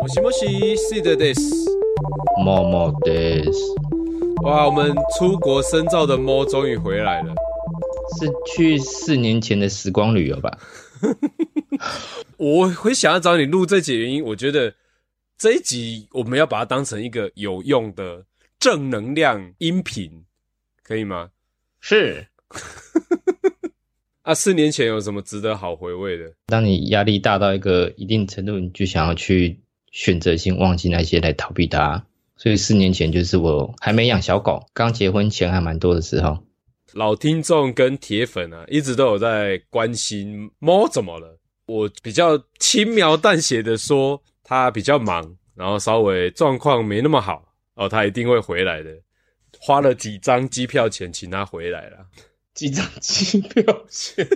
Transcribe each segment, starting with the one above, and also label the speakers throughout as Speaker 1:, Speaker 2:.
Speaker 1: もしもし、シーです。
Speaker 2: 默默的，
Speaker 1: 哇，我们出国深造的猫终于回来了。
Speaker 2: 是去四年前的时光旅游吧？
Speaker 1: 我会想要找你录这集的原因，我觉得这一集我们要把它当成一个有用的正能量音频，可以吗？
Speaker 2: 是。
Speaker 1: 啊，四年前有什么值得好回味的？
Speaker 2: 当你压力大到一个一定程度，你就想要去选择性忘记那些来逃避它。所以四年前就是我还没养小狗，刚结婚钱还蛮多的时候。
Speaker 1: 老听众跟铁粉啊，一直都有在关心猫怎么了。我比较轻描淡写的说，他比较忙，然后稍微状况没那么好哦，他一定会回来的。花了几张机票钱请他回来了，
Speaker 2: 几张机票钱？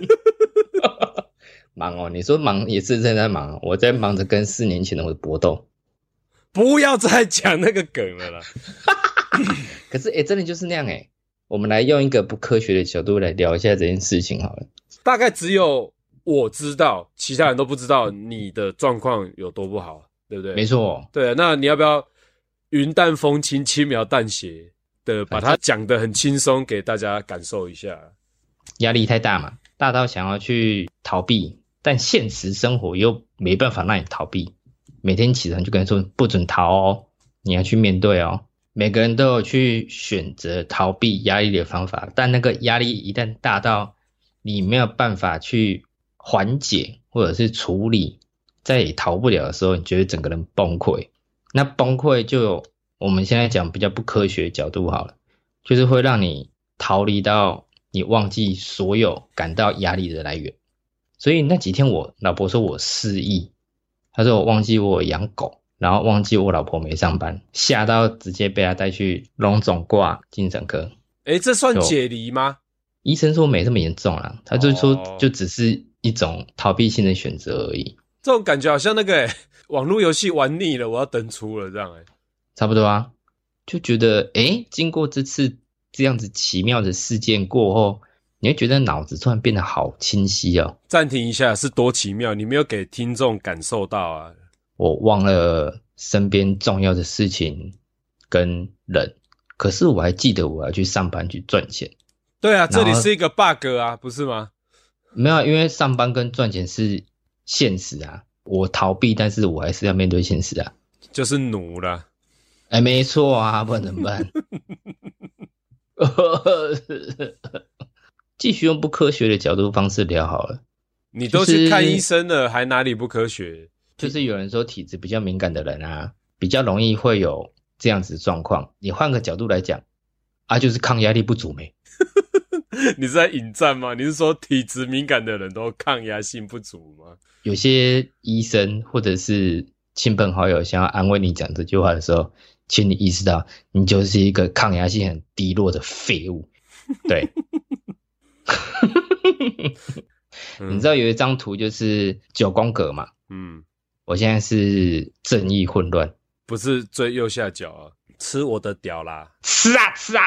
Speaker 2: 忙哦，你说忙也是正在忙，我在忙着跟四年前的我搏斗。
Speaker 1: 不要再讲那个梗了啦。
Speaker 2: 可是诶、真的就是那样诶、我们来用一个不科学的角度来聊一下这件事情好了。
Speaker 1: 大概只有我知道，其他人都不知道你的状况有多不好，对不对？
Speaker 2: 没错，
Speaker 1: 对啊，那你要不要云淡风轻、轻描淡写的
Speaker 2: 哎
Speaker 1: 把它讲得很轻松，给大家感受一下？
Speaker 2: 压力太大嘛，大到想要去逃避，但现实生活又没办法让你逃避。每天起床就跟人说不准逃哦，你要去面对哦。每个人都有去选择逃避压力的方法，但那个压力一旦大到你没有办法去缓解或者是处理，再也逃不了的时候，你觉得整个人崩溃。那崩溃就有我们现在讲比较不科学的角度好了。就是会让你逃离到你忘记所有感到压力的来源。所以那几天我老婆说我失忆，她说我忘记我有养狗，然后忘记我老婆没上班，吓到直接被她带去龙总挂精神科。
Speaker 1: 诶，这算解离吗？
Speaker 2: 医生说没这么严重啦，他就
Speaker 1: 哦
Speaker 2: 说就只是一种逃避性的选择而已，
Speaker 1: 这种感觉好像那个、诶 网络游戏玩腻了，我要登出了这样、诶
Speaker 2: 差不多啊。就觉得诶，经过这次这样子奇妙的事件过后，你会觉得脑子突然变得好清晰哦。
Speaker 1: 暂停一下，是多奇妙！你没有给听众感受到啊。
Speaker 2: 我忘了身边重要的事情跟人，可是我还记得我要去上班去赚钱。
Speaker 1: 对啊，这里
Speaker 2: 然后
Speaker 1: 是一个 bug 啊，不是吗？
Speaker 2: 没有啊，因为上班跟赚钱是现实啊，我逃避，但是我还是要面对现实啊。
Speaker 1: 就是奴了。
Speaker 2: 哎，没错啊，不然怎么办？ 继续用不科学的角度方式聊好了。
Speaker 1: 你都
Speaker 2: 就
Speaker 1: 去
Speaker 2: 是
Speaker 1: 看医生了，还哪里不科学？
Speaker 2: 就是有人说体质比较敏感的人啊，比较容易会有这样子的状况。你换个角度来讲，啊，就是抗压力不足没。
Speaker 1: 你是在引战吗？你是说体质敏感的人都抗压性不足吗？
Speaker 2: 有些医生或者是亲朋好友想要安慰你讲这句话的时候，请你意识到，你就是一个抗压性很低落的废物。对，
Speaker 1: 嗯
Speaker 2: 你知道有一张图就是九宫格嘛？
Speaker 1: 嗯，
Speaker 2: 我现在是正义混乱，
Speaker 1: 不是最右下角啊，吃我的屌啦！
Speaker 2: 吃啊吃啊！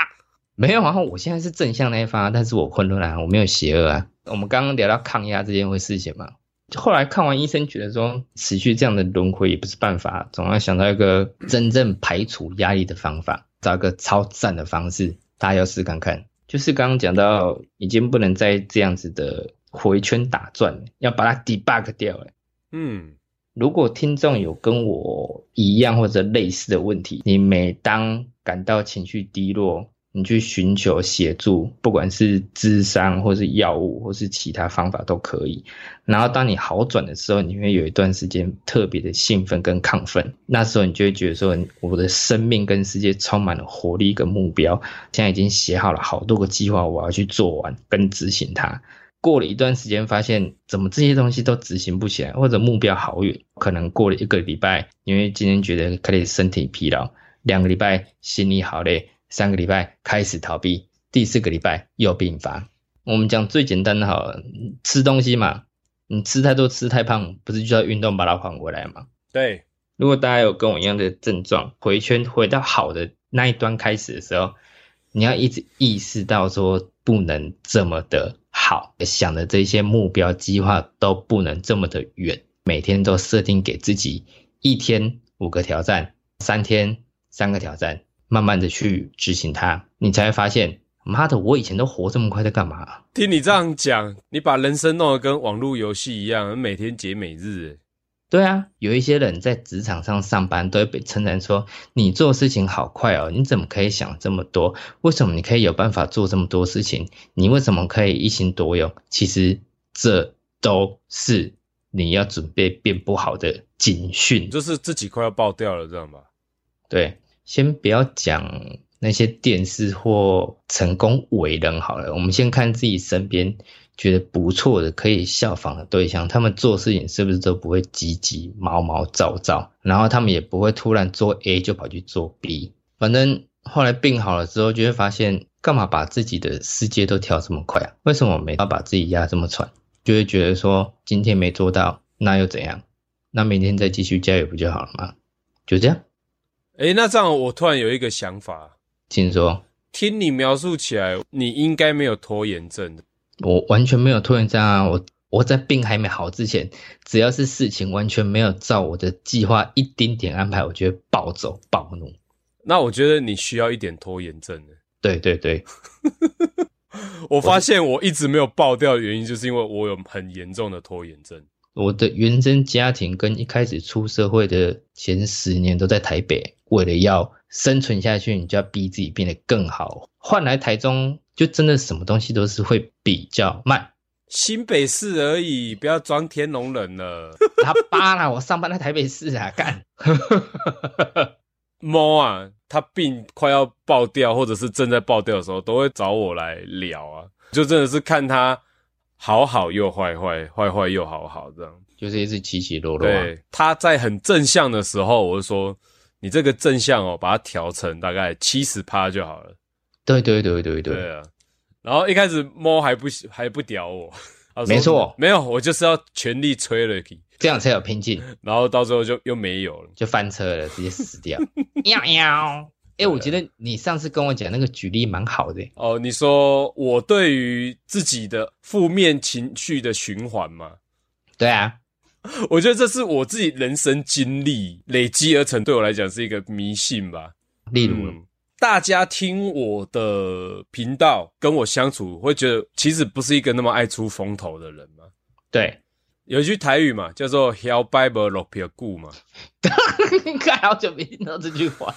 Speaker 2: 没有啊，我现在是正向那一方啊，但是我混乱啊，我没有邪恶啊。我们刚刚聊到抗压这件回事情嘛，后来看完医生觉得说，持续这样的轮回也不是办法，总要想到一个真正排除压力的方法，找一个超赞的方式，大家要试看看。就是刚刚讲到，已经不能再这样子的回圈打转了，要把它 debug 掉了。
Speaker 1: 嗯，
Speaker 2: 如果听众有跟我一样或者类似的问题，你每当感到情绪低落，你去寻求协助，不管是智商或是药物或是其他方法都可以。然后当你好转的时候，你会有一段时间特别的兴奋跟亢奋，那时候你就会觉得说，我的生命跟世界充满了活力跟目标，现在已经写好了好多个计划，我要去做完跟执行它。过了一段时间，发现怎么这些东西都执行不起来，或者目标好远。可能过了一个礼拜，因为今天觉得开始身体疲劳，两个礼拜心里好累，三个礼拜开始逃避，第四个礼拜又病发。我们讲最简单的好了，吃东西嘛，你吃太多吃太胖，不是就要运动把它缓回来吗？
Speaker 1: 对，
Speaker 2: 如果大家有跟我一样的症状，回圈回到好的那一端开始的时候，你要一直意识到说不能这么的好，想的这些目标计划都不能这么的远，每天都设定给自己一天五个挑战，三天三个挑战，慢慢的去执行它，你才会发现，妈的，我以前都活这么快在干嘛、啊？
Speaker 1: 听你这样讲，你把人生弄得跟网络游戏一样，每天解每日、欸。
Speaker 2: 对啊，有一些人在职场上上班都会被称赞说：“你做事情好快哦，你怎么可以想这么多？为什么你可以有办法做这么多事情？你为什么可以一心多用？”其实这都是你要准备变不好的警讯。
Speaker 1: 就是自己快要爆掉了，这样吧？
Speaker 2: 对，先不要讲那些电视或成功伟人好了，我们先看自己身边。觉得不错的，可以效仿的对象，他们做事情是不是都不会急急毛毛躁躁？然后他们也不会突然做 A 就跑去做 B。反正后来病好了之后，就会发现，干嘛把自己的世界都跳这么快啊？为什么每要把自己压这么喘？就会觉得说，今天没做到，那又怎样？那明天再继续加油不就好了吗？就这样。
Speaker 1: 诶，那这样我突然有一个想法，
Speaker 2: 请说。
Speaker 1: 听你描述起来，你应该没有拖延症的。
Speaker 2: 我完全没有拖延症啊！我我在病还没好之前，只要是事情完全没有照我的计划一丁点安排，我就会暴走暴怒。
Speaker 1: 那我觉得你需要一点拖延症的。
Speaker 2: 对对对，
Speaker 1: 我发现我一直没有爆掉的原因，就是因为我有很严重的拖延症。
Speaker 2: 我的原生家庭跟一开始出社会的前十年都在台北，为了要生存下去，你就要逼自己变得更好。换来台中。就真的什么东西都是会比较慢，
Speaker 1: 新北市而已，不要装天龙人了。
Speaker 2: 他爸啦，我上班在台北市啊，干。
Speaker 1: 猫啊，他病快要爆掉，或者是正在爆掉的时候，都会找我来聊啊。就真的是看他好好又坏坏，坏坏又好好，这样
Speaker 2: 就是一直起起落落、啊。
Speaker 1: 对，他在很正向的时候，我就说你这个正向哦，把它调成大概七十趴就好了。
Speaker 2: 对对对对
Speaker 1: 对，对啊！然后一开始猫还不还不屌我，
Speaker 2: 没错，
Speaker 1: 没有，我就是要全力吹了，
Speaker 2: 这样才有拼劲。
Speaker 1: 然后到最后就又没有了，
Speaker 2: 就翻车了，直接死掉。 喵喵！哎、欸，我觉得你上次跟我讲那个举例蛮好的、欸、
Speaker 1: 哦。你说我对于自己的负面情绪的循环嘛？
Speaker 2: 对啊，
Speaker 1: 我觉得这是我自己人生经历累积而成，对我来讲是一个迷信吧。
Speaker 2: 例如。嗯
Speaker 1: 大家听我的频道，跟我相处会觉得，其实不是一个那么爱出风头的人嘛。
Speaker 2: 对，
Speaker 1: 有一句台语嘛，叫做 “Hell Bible 落屁股”嘛。
Speaker 2: 看好久没听到这句话。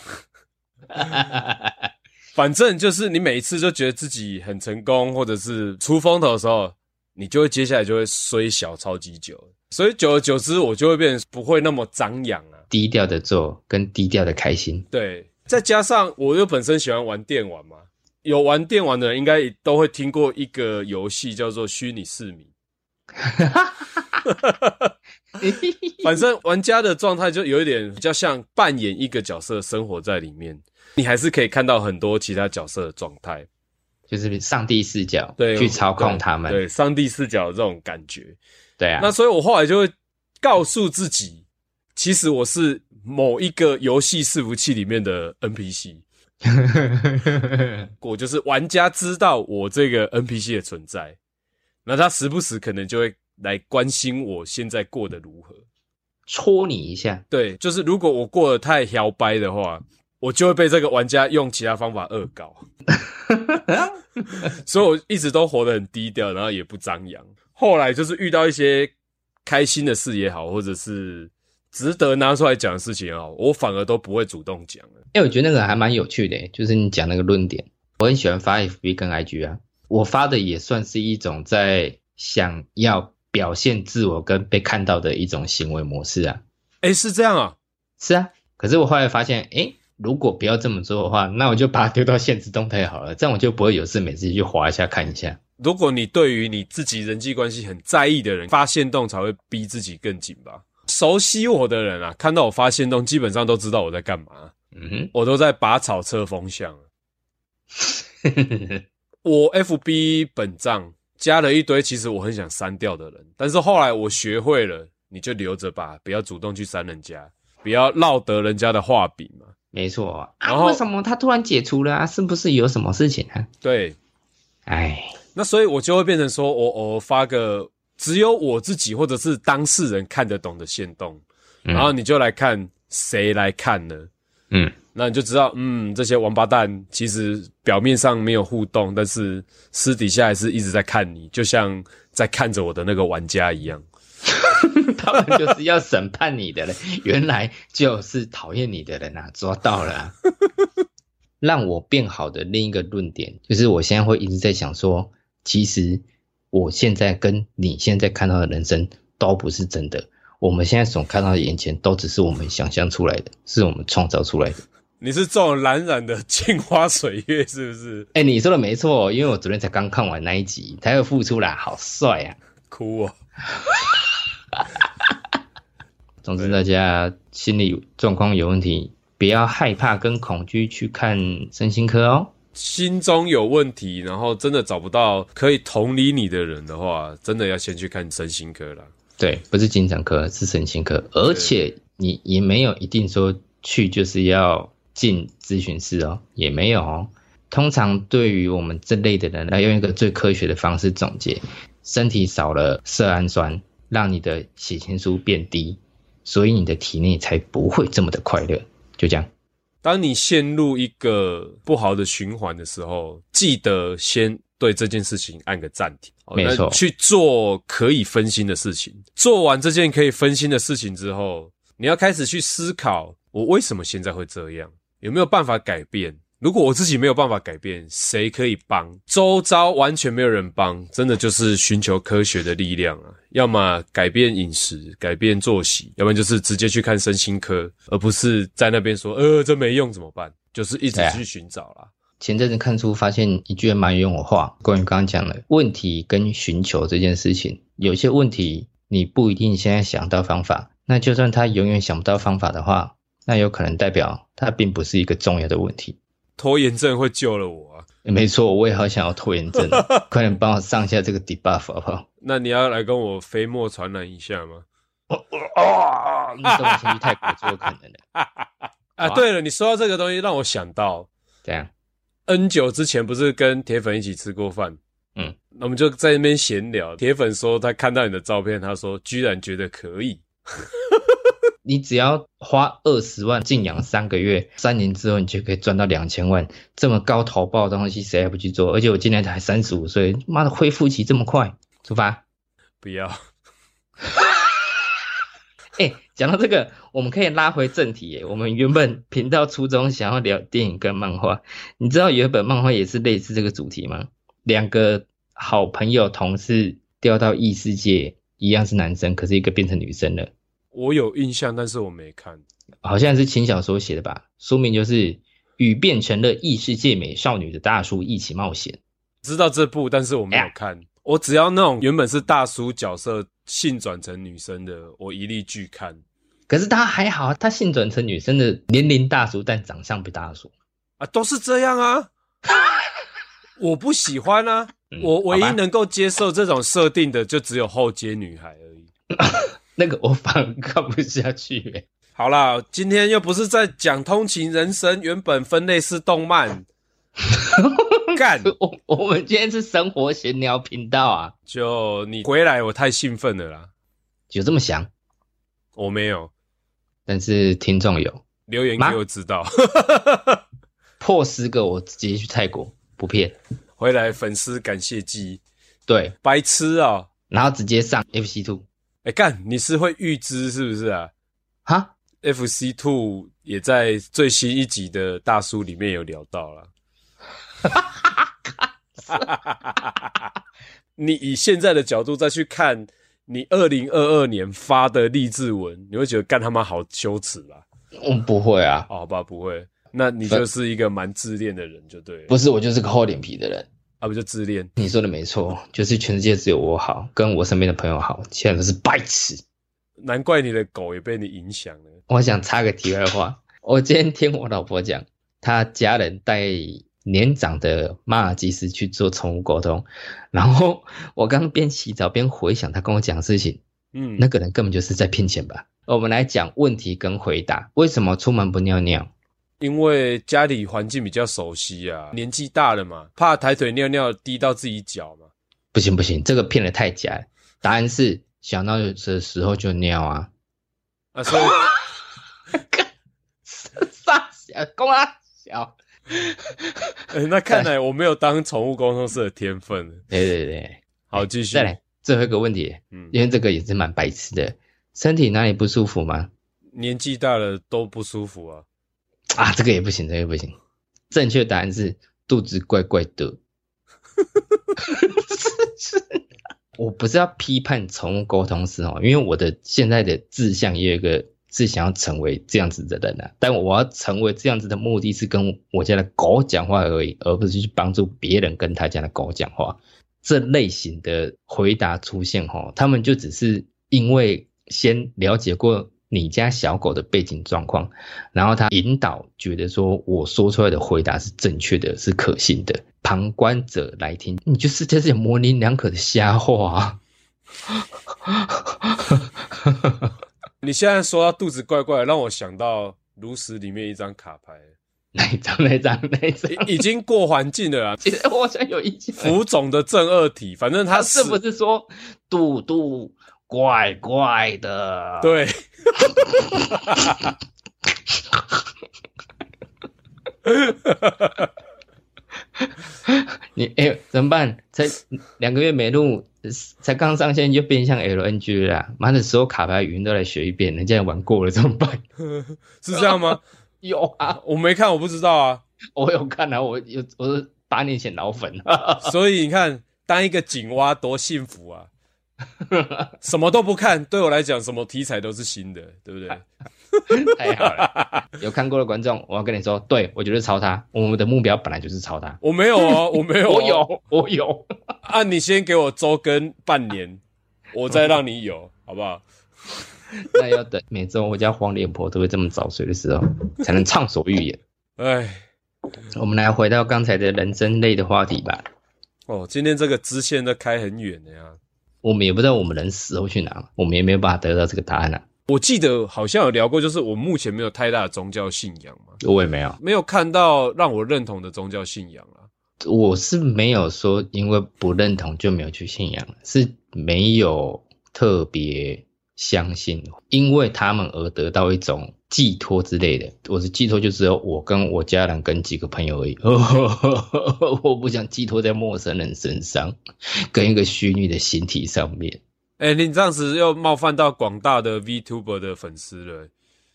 Speaker 1: 反正就是你每一次就觉得自己很成功，或者是出风头的时候，你就会接下来就会衰小超级久，所以久而久之，我就会变不会那么张扬啊，
Speaker 2: 低调的做，跟低调的开心。
Speaker 1: 对。再加上我又本身喜欢玩电玩嘛，有玩电玩的人应该都会听过一个游戏叫做《虚拟市民》反正玩家的状态就有一点比较像扮演一个角色，生活在里面，你还是可以看到很多其他角色的状态，
Speaker 2: 就是上帝视角
Speaker 1: 对
Speaker 2: 去操控他们
Speaker 1: 对，对上帝视角这种感觉，
Speaker 2: 对啊。
Speaker 1: 那所以我后来就会告诉自己，其实我是。某一个游戏伺服器里面的 NPC，我就是玩家知道我这个 NPC 的存在，那他时不时可能就会来关心我现在过得如何，
Speaker 2: 戳你一下。
Speaker 1: 对，就是如果我过得太摇掰的话，我就会被这个玩家用其他方法恶搞， 所以我一直都活得很低调，然后也不张扬。后来就是遇到一些开心的事也好，或者是。值得拿出来讲的事情哦，我反而都不会主动讲了。
Speaker 2: 哎、欸，我觉得那个还蛮有趣的，就是你讲那个论点，我很喜欢发 FB 跟 IG 啊，我发的也算是一种在想要表现自我跟被看到的一种行为模式啊。
Speaker 1: 哎、欸，是这样啊，
Speaker 2: 是啊。可是我后来发现，哎、欸，如果不要这么做的话，那我就把它丢到现实动态好了，这样我就不会有事每次去划一下看一下。
Speaker 1: 如果你对于你自己人际关系很在意的人，发现动才会逼自己更紧吧。熟悉我的人啊，看到我发现动，基本上都知道我在干嘛。嗯，我都在拔草测风向。啊我 FB 本账加了一堆，其实我很想删掉的人，但是后来我学会了，你就留着吧，不要主动去删人家，不要落得人家的画柄嘛。
Speaker 2: 没错啊，然后、啊、为什么他突然解除了啊？是不是有什么事情啊？
Speaker 1: 对，
Speaker 2: 哎，
Speaker 1: 那所以我就会变成说我我发个。
Speaker 2: 嗯
Speaker 1: 只有我自己或者是当事人看得懂的线动，嗯、然后你就来看谁来看呢？
Speaker 3: 嗯，
Speaker 1: 那你就知道，嗯，这些王八蛋其实表面上没有互动，但是私底下还是一直在看你，就像在看着我的那个玩家一样。
Speaker 2: 他们就是要审判你的人， 原来就是讨厌你的人啊，抓到了啊、 让我变好的另一个论点就是，我现在会一直在想说，其实我现在跟你现在看到的人生都不是真的，我们现在所看到的眼前都只是我们想象出来的，是我们创造出来的。
Speaker 1: 你是这种懒懒的镜花水月是不是？
Speaker 2: 哎、你说的没错，因为我昨天才刚看完那一集，他又复出啦，好帅啊！
Speaker 1: 哭哦，
Speaker 2: 总之，
Speaker 1: 对
Speaker 2: 大家心理状况有问题，不要害怕跟恐惧去看身心科哦。
Speaker 1: 心中有问题，然后真的找不到可以同理你的人的话，真的要先去看身心科啦。
Speaker 2: 对，不是精神科，是身心科，而且你也没有一定说去就是要进咨询室哦，也没有哦。通常对于我们这类的人，来用一个最科学的方式总结：身体少了色氨酸，让你的血清素变低，所以你的体内才不会这么的快乐。就这样，
Speaker 1: 当你陷入一个不好的循环的时候，记得先对这件事情按个暂停，哦
Speaker 2: 没错
Speaker 1: 那去做可以分心的事情。做完这件可以分心的事情之后，你要开始去思考，我为什么现在会这样？有没有办法改变？如果我自己没有办法改变，谁可以帮？周遭完全没有人帮，真的就是寻求科学的力量啊！要么改变饮食、改变作息，要不然就是直接去看身心科，而不是在那边说呃这没用怎么办？就是一直
Speaker 2: 对啊
Speaker 1: 去寻找啦。
Speaker 2: 前阵子看书发现一句蛮有用的话，关于刚刚讲的问题跟寻求这件事情，有些问题你不一定现在想到方法，那就算他永远想不到方法的话，那有可能代表它并不是一个重要的问题。
Speaker 1: 拖延症会救了我啊！
Speaker 2: 没错，我也好想要拖延症哦，快点帮我上下这个 debuff 好不好？
Speaker 1: 那你要来跟我飞沫传染一下 吗？
Speaker 2: 哦，你怎么先去泰国就有可能了？
Speaker 1: 啊，
Speaker 2: 好啊
Speaker 1: 对了，你说到这个东西，让我想到
Speaker 2: 这样，
Speaker 1: N 九之前不是跟铁粉一起吃过饭？
Speaker 2: 嗯，
Speaker 1: 那我们就在那边闲聊。铁粉说他看到你的照片，他说居然觉得可以。
Speaker 2: 你只要花二十万静养三个月，三年之后你就可以赚到两千万。这么高投报的东西，谁还不去做？而且我今年才三十五岁，妈的恢复期这么快，出发！
Speaker 1: 不要，
Speaker 2: 哎、讲到这个，我们可以拉回正题耶。我们原本频道初衷想要聊电影跟漫画，你知道有一本漫画也是类似这个主题吗？两个好朋友同事掉到异世界，一样是男生，可是一个变成女生了。
Speaker 1: 我有印象，但是我没看。
Speaker 2: 好像是轻小说写的吧，书名就是“与变成了异世界美少女的大叔一起冒险
Speaker 1: 知道这部，但是我没有看。我只要那种原本是大叔角色性转成女生的，我一律拒看。”。
Speaker 2: 可是他还好，啊他性转成女生的年龄大叔，但长相不大叔。
Speaker 1: 啊，都是这样 啊，我不喜欢啊。
Speaker 2: 嗯
Speaker 1: 我唯一
Speaker 2: 好吧
Speaker 1: 能够接受这种设定的，就只有后街女孩而已。
Speaker 2: 那个我反而看不下去、 欸。
Speaker 1: 好啦，今天又不是在讲通勤人生，原本分类是动漫，干
Speaker 2: 我我们今天是生活闲聊频道啊，
Speaker 1: 就你回来，我太兴奋了啦！
Speaker 2: 有这么想，
Speaker 1: 我没有
Speaker 2: 但是听众有
Speaker 1: 留言
Speaker 2: 妈
Speaker 1: 给我知道，
Speaker 2: 破十个，我直接去泰国，不骗。
Speaker 1: 回来粉丝感谢祭，
Speaker 2: 对，
Speaker 1: 白痴啊、哦！
Speaker 2: 然后直接上 FC Two
Speaker 1: 哎、干，你是会预知是不是啊
Speaker 2: 哈，
Speaker 1: ？FC Two 也在最新一集的大叔里面有聊到 了。你以现在的角度再去看你二零二二年发的励志文，你会觉得干他妈好羞耻啦！
Speaker 2: 我不会啊，
Speaker 1: 哦，好吧，不会，那你就是一个蛮自恋的人就对了，
Speaker 2: 不是我就是个厚脸皮的人。
Speaker 1: 啊不就自恋？
Speaker 2: 你说的没错，就是全世界只有我好，跟我身边的朋友好，其他人都是白痴。
Speaker 1: 难怪你的狗也被你影响了。
Speaker 2: 我想插个题外话，我今天听我老婆讲，她家人带年长的马尔济斯去做宠物沟通，然后我刚边洗澡边回想她跟我讲的事情，
Speaker 1: 嗯，
Speaker 2: 那个人根本就是在骗钱吧？我们来讲问题跟回答，为什么出门不尿尿？
Speaker 1: 因为家里环境比较熟悉啊，年纪大了嘛，怕抬腿尿尿滴到自己脚嘛。
Speaker 2: 不行不行，这个骗的太假了。答 案是想到的时候就尿啊。
Speaker 1: 啊，所以
Speaker 2: 小公啊小，
Speaker 1: 哎那看来我没有当宠物沟通师的天分。欸
Speaker 2: 对对对，
Speaker 1: 好，继续
Speaker 2: 欸再。来最后一个问题，
Speaker 1: 嗯，
Speaker 2: 因为这个也是蛮白痴的，身体哪里不舒服吗？
Speaker 1: 年纪大了都不舒服啊。
Speaker 2: 啊，这个也不行，这个也不行。正确答案是肚子怪怪的。我不是要批判宠物沟通师哦，因为我的现在的志向也有一个是想要成为这样子的人啊，但我要成为这样子的目的是跟我家的狗讲话而已，而不是去帮助别人跟他家的狗讲话。这类型的回答出现吼，他们就只是因为先了解过你家小狗的背景状况，然后他引导觉得说我说出来的回答是正确的，是可信的。旁观者来听，你就是这些模棱两可的瞎 话、啊。
Speaker 1: 你现在说到肚子怪怪，让我想到《炉石》里面一张卡牌，欸
Speaker 2: 哪一张？哪一张？哪一张？。
Speaker 1: 已已经过环境了啦啊
Speaker 2: 其实我好像有印象。
Speaker 1: 浮肿的正二体，反正它
Speaker 2: 他是
Speaker 1: 死
Speaker 2: 啊不是说肚肚怪怪的？
Speaker 1: 对，
Speaker 2: 你哎、怎么办？才两个月没录，才刚上线就变相 LNG 了啦。妈的，所有卡牌语音都来学一遍，人家也玩过了，怎么办？
Speaker 1: 是这样吗？
Speaker 2: 有啊，
Speaker 1: 我没看，我不知道啊。
Speaker 2: 我有看啊，我有我是八年前老粉，啊
Speaker 1: 所以你看，当一个井蛙多幸福 啊！什么都不看，对我来讲，什么题材都是新的，对不
Speaker 2: 啊
Speaker 1: 对？
Speaker 2: 太好了。有看过的观众，我要跟你说，对我就是抄他，我们的目标本来就是抄他。
Speaker 1: 我没有哦，我没有、哦，
Speaker 2: 我有，我 有，
Speaker 1: 啊！你先给我周更半年，我再让你有， 好不好？
Speaker 2: 那要等每周我家黄脸婆都会这么早睡的时候，哦才能畅所欲 言。
Speaker 1: 哎，
Speaker 2: 我们来回到刚才的人生类的话题吧。
Speaker 1: 哦，今天这个支线都开很远的呀。
Speaker 2: 我们也不知道我们人死后去哪嘛，我们也没有办法得到这个答案啊。
Speaker 1: 我记得好像有聊过，就是我目前没有太大的宗教信仰嘛，
Speaker 2: 我也没有，
Speaker 1: 没有看到让我认同的宗教信仰啊啦。
Speaker 2: 我是没有说因为不认同就没有去信仰，是没有特别相信，因为他们而得到一种寄托之类的。我是寄托就只有我跟我家人跟几个朋友而已， 我不想寄托在陌生人身上，跟一个虚拟的形体上面
Speaker 1: 哎、你这样子又冒犯到广大的 VTuber 的粉丝了、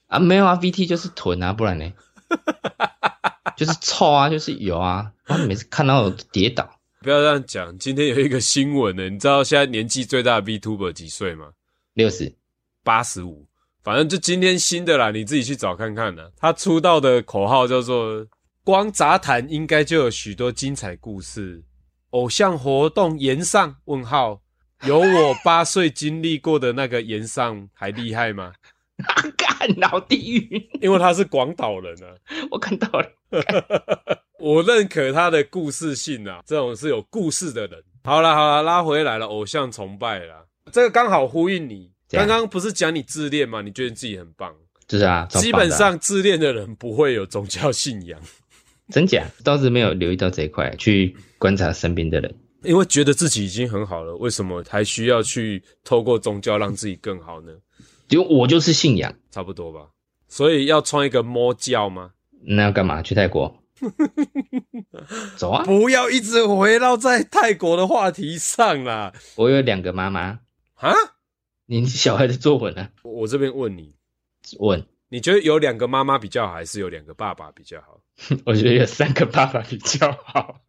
Speaker 2: 啊，没有啊，VT 就是臀啊，不然呢？ 就是臭啊，就是油啊，他每次看到我就跌倒。
Speaker 1: 不要这样讲。今天有一个新闻呢，你知道现在年纪最大的 VTuber 几岁吗？
Speaker 2: 六十
Speaker 1: 八十五。反正就今天新的啦，你自己去找看看啦。他出道的口号叫做“光杂谈应该就有许多精彩故事”，偶像活动延上？问号，有我八岁经历过的那个延上还厉害吗？
Speaker 2: 干老地狱，
Speaker 1: 因为他是广岛人啊。
Speaker 2: 我看到了。
Speaker 1: 我认可他的故事性啊，这种是有故事的人。好啦好啦，拉回来了，偶像崇拜啦，这个刚好呼应你。
Speaker 2: 怎
Speaker 1: 刚
Speaker 2: 样
Speaker 1: 刚不是讲你自恋吗？你觉得自己很棒，
Speaker 2: 就是啊，超棒的啊
Speaker 1: 基本上自恋的人不会有宗教信仰，
Speaker 2: 真假倒是没有留意到这一块，去观察身边的人。
Speaker 1: 因为觉得自己已经很好了，为什么还需要去透过宗教让自己更好呢？
Speaker 2: 因为我就是信仰，
Speaker 1: 差不多吧。所以要穿一个魔教吗？
Speaker 2: 那要干嘛？去 泰国？走啊！
Speaker 1: 不要一直围绕在泰国的话题上啦。
Speaker 2: 我有两个妈妈，
Speaker 1: 啊，
Speaker 2: 你小孩的作文啊？
Speaker 1: 我我这边问你，
Speaker 2: 问，
Speaker 1: 你觉得有两个妈妈比较好，还是有两个爸爸比较好？
Speaker 2: 我觉得有三个爸爸比较好。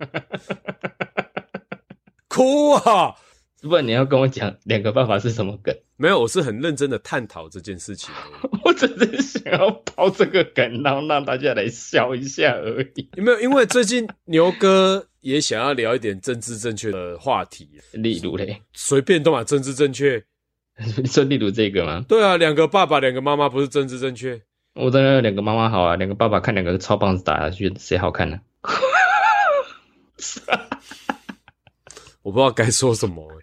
Speaker 1: 哭啊！
Speaker 2: 不然你要跟我讲两个爸爸是什么梗？
Speaker 1: 没有，我是很认真的探讨这件事情 而已。
Speaker 2: 我只是想要抛这个梗，然后让大家来笑一下而已。
Speaker 1: 有没有？因为最近牛哥也想要聊一点政治正确的话题，
Speaker 2: 例如嘞，
Speaker 1: 随便都把政治正确。
Speaker 2: 你说例如这个吗？
Speaker 1: 对啊，两个爸爸，两个妈妈，不是政治正确？
Speaker 2: 我当然有两个妈妈好啊，两个爸爸看两个超棒子打下去，谁好看呢、啊
Speaker 1: 我不知道该说什么、欸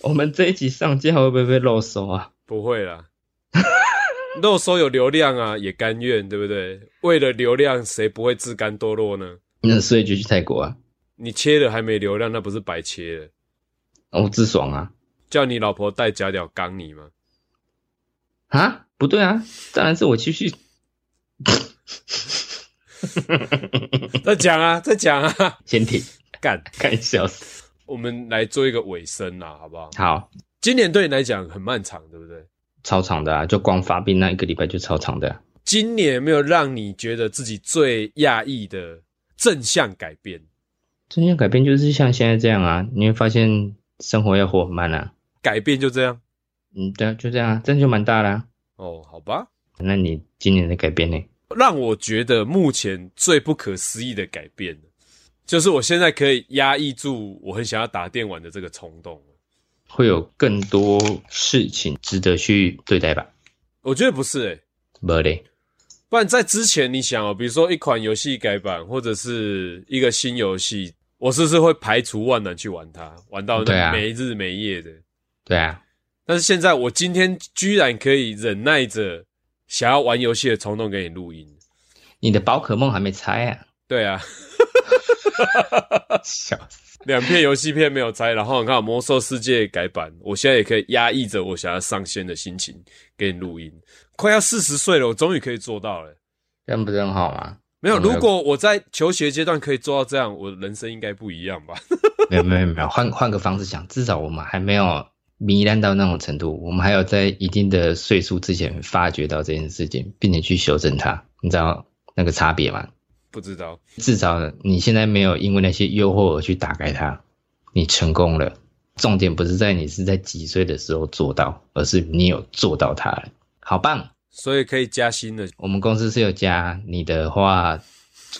Speaker 2: 我们这一集上架会不会被漏收啊？
Speaker 1: 不会啦，肉收有流量啊，也甘愿，对不对？为了流量，谁不会自甘堕落呢？
Speaker 2: 那所以就去泰国啊，
Speaker 1: 你切了还没流量，那不是白切了？
Speaker 2: 哦我、自爽啊！
Speaker 1: 叫你老婆带假屌刚你吗？
Speaker 2: 啊，不对啊，当然是我继续。
Speaker 1: 再讲啊，再讲啊，
Speaker 2: 先 停，
Speaker 1: 干，
Speaker 2: 看笑死。
Speaker 1: 我们来做一个尾声啦，好不好？
Speaker 2: 好，
Speaker 1: 今年对你来讲很漫长，对不对？
Speaker 2: 超长的啊，就光发病那一个礼拜就超长的啊、
Speaker 1: 今年有没有让你觉得自己最讶异的正向改变？
Speaker 2: 正向改变就是像现在这样啊，你会发现生活要活很慢啊。
Speaker 1: 改变就这样
Speaker 2: 嗯，对啊，就这样啊，这样就蛮大啦、
Speaker 1: 哦，好吧。
Speaker 2: 那你今年的改变呢？
Speaker 1: 让我觉得目前最不可思议的改变，就是我现在可以压抑住我很想要打电玩的这个冲动了。
Speaker 2: 会有更多事情值得去对待吧？
Speaker 1: 我觉得不是诶、
Speaker 2: 没嘞，
Speaker 1: 不然在之前，你想哦，比如说一款游戏改版，或者是一个新游戏，我是不是会排除万难去玩它，玩到
Speaker 2: 对啊
Speaker 1: 没日没夜的？
Speaker 2: 对啊，
Speaker 1: 但是现在，我今天居然可以忍耐着想要玩游戏的冲动给你录音。
Speaker 2: 你的宝可梦还没拆 啊！
Speaker 1: 对啊，
Speaker 2: 笑死，
Speaker 1: 两片游戏片没有拆，然后你看《魔兽世界》改版，我现在也可以压抑着我想要上线的心情给你录音。快要四十岁了，我终于可以做到了。
Speaker 2: 这样不是很好吗？
Speaker 1: 没有，
Speaker 2: 嗯没有
Speaker 1: 如果我在求学阶段可以做到这样，我人生应该不一样吧？
Speaker 2: 没有没有没有，换换个方式想，至少我们还没有糜烂到那种程度，我们还有在一定的岁数之前发觉到这件事情，并且去修正它，你知道那个差别吗？
Speaker 1: 不知道，
Speaker 2: 至少你现在没有因为那些诱惑而去打开它，你成功了。重点不是在你是在几岁的时候做到，而是你有做到它了，好棒！
Speaker 1: 所以可以加薪了。
Speaker 2: 我们公司是有加你的话，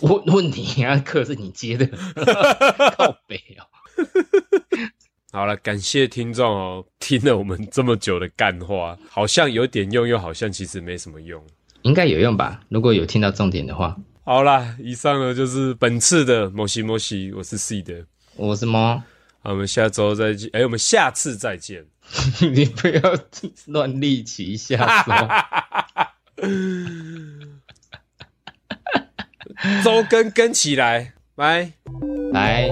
Speaker 2: 问问题啊，课是你接的， 靠北哦。
Speaker 1: 好了，感谢听众哦，听了我们这么久的干话，好像有点用，又好像其实没什么用。
Speaker 2: 应该有用吧？如果有听到重点的话，
Speaker 1: 好啦，以上呢就是本次的摩西摩西，我是 C 的，
Speaker 2: 我是猫，
Speaker 1: 好我们下周再见，哎、我们下次再见。
Speaker 2: 你不要乱立旗下说。
Speaker 1: 周更更起来，拜。
Speaker 2: 来。